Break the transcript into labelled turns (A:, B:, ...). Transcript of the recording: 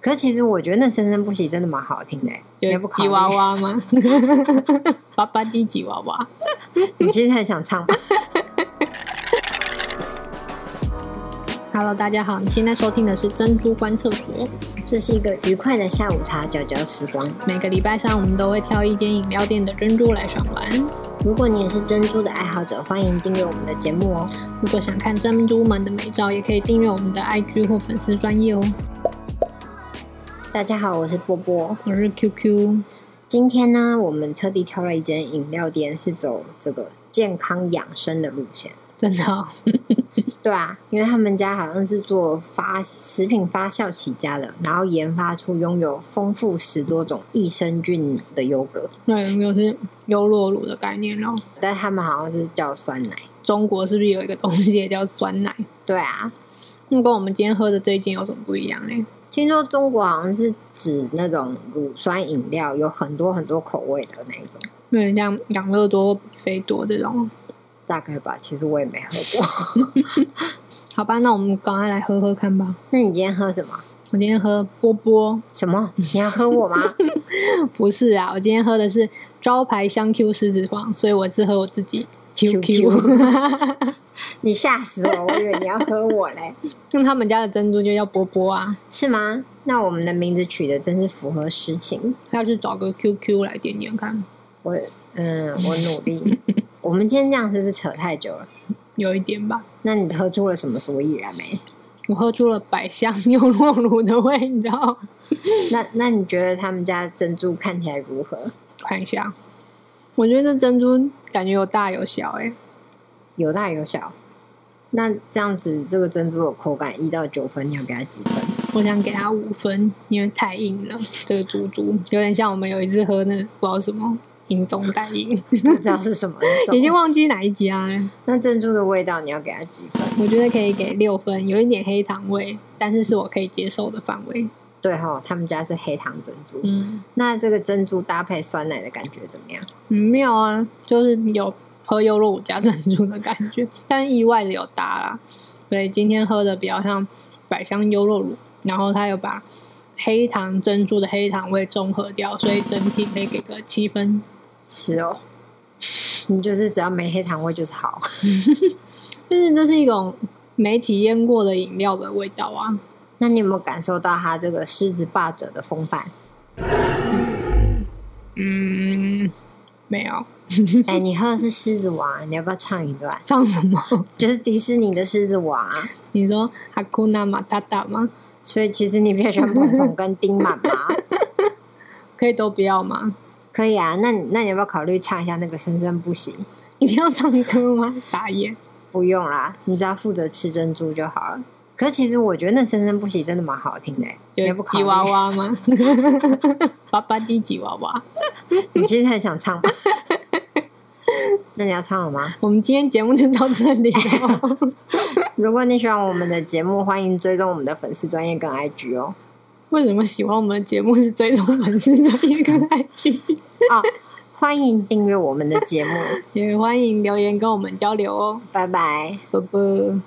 A: 可是其实我觉得那生生不息真的蛮好听的、欸，你也
B: 就
A: 不考虑
B: 吉娃，娃 吗？巴巴地吉娃娃。
A: 你其实很想唱吧？
B: Hello，大家好，你现在收听的是珍珠观测所。
A: 这是一个愉快的下午茶九九时光。
B: 每个礼拜三，我们都会挑一间饮料店的珍珠来赏玩。
A: 如果你也是珍珠的爱好者，欢迎订阅我们的节目哦。
B: 如果想看珍珠们的美照，也可以订阅我们的 IG 或粉丝专业哦。
A: 大家好，我是波波。
B: 我是 QQ，
A: 今天呢，我们特地挑了一间饮料店，是走这个健康养生的路线。
B: 真的哦、
A: 对啊，因为他们家好像是做发食品发酵起家的，然后研发出拥有丰富十多种益生菌的优格，
B: 对，又是优酪乳的概念咯。
A: 但他们好像是叫酸奶。
B: 中国是不是有一个东西也叫酸奶？
A: 对啊，
B: 那跟我们今天喝的这一间有什么不一样呢？
A: 听说中国好像是指那种乳酸饮料，有很多很多口味的那一种，
B: 因为像养乐多、比菲多这种。
A: 大概吧。其实我也没喝过。
B: 好吧，那我们赶快来喝喝看吧。
A: 那你今天喝什么？
B: 我今天喝波波，
A: 什么？你要喝我吗？
B: 不是啊，我今天喝的是招牌香 Q 狮子皇，所以我是喝我自己 QQ。
A: 你吓死我！我以为你要喝我嘞，
B: 那他们家的珍珠就叫波波啊，
A: 是吗？那我们的名字取的真是符合实情。
B: 要去找个 QQ 来点点看，
A: 我嗯，我努力。我们今天这样是不是扯太久了？
B: 有一点吧。
A: 那你喝出了什么所以然没？
B: 我喝出了百香优酪乳的味道，
A: 那那你觉得他们家珍珠看起来如何？
B: 看一下，我觉得这珍珠感觉有大有小、欸，
A: 有大有小。那这样子，这个珍珠的口感一到九分，你要给它几分？
B: 我想给它五分，因为太硬了，这个珠珠有点像我们有一次喝那不知道什么银中带银，
A: 不知道是什么，是什么
B: 已经忘记哪一家了。
A: 那珍珠的味道，你要给它几分？
B: 我觉得可以给六分，有一点黑糖味，但是是我可以接受的范围。
A: 对哈、他们家是黑糖珍珠。
B: 嗯，
A: 那这个珍珠搭配酸奶的感觉怎么样？
B: 很妙啊，就是有喝优酪乳加珍珠的感觉，但意外的有搭啦。所以今天喝的比较像百香优酪乳，然后它有把黑糖珍珠的黑糖味中和掉，所以整体可以给个七分。
A: 是哦，你就是只要没黑糖味就是好。
B: 就是这是一种没体验过的饮料的味道啊。
A: 那你有没有感受到他这个狮子霸者的风范？
B: 嗯，没有
A: 哎、你喝的是狮子王啊，你要不要唱一段？
B: 唱什么？
A: 就是迪士尼的狮子王啊、
B: 你说哈库纳马达达吗？
A: 所以其实你比较喜欢鹏鹏跟丁满吗？
B: 可以都不要吗？
A: 可以啊，那你那你要不要考虑唱一下那个生生不息？
B: 一定要唱歌吗？傻眼！
A: 不用啦，你只要负责吃珍珠就好了。可是其实我觉得那生生不息真的蛮好听的、欸，你也
B: 有
A: 不考
B: 吉娃
A: 虑？
B: 娃吗？ 巴巴地吉娃娃。
A: 你其实很想唱吧？那你要唱了 吗？
B: 我们今天节目就到这 里了。
A: 如果你喜欢我们的节目，欢迎追踪我们的粉丝专业跟 IG 哦。
B: 为什么喜欢我们的节目是追踪粉丝专业跟 IG？
A: 哦，欢迎订阅我们的节目，
B: 也欢迎留言跟我们交流哦，
A: 拜拜。
B: 啵啵。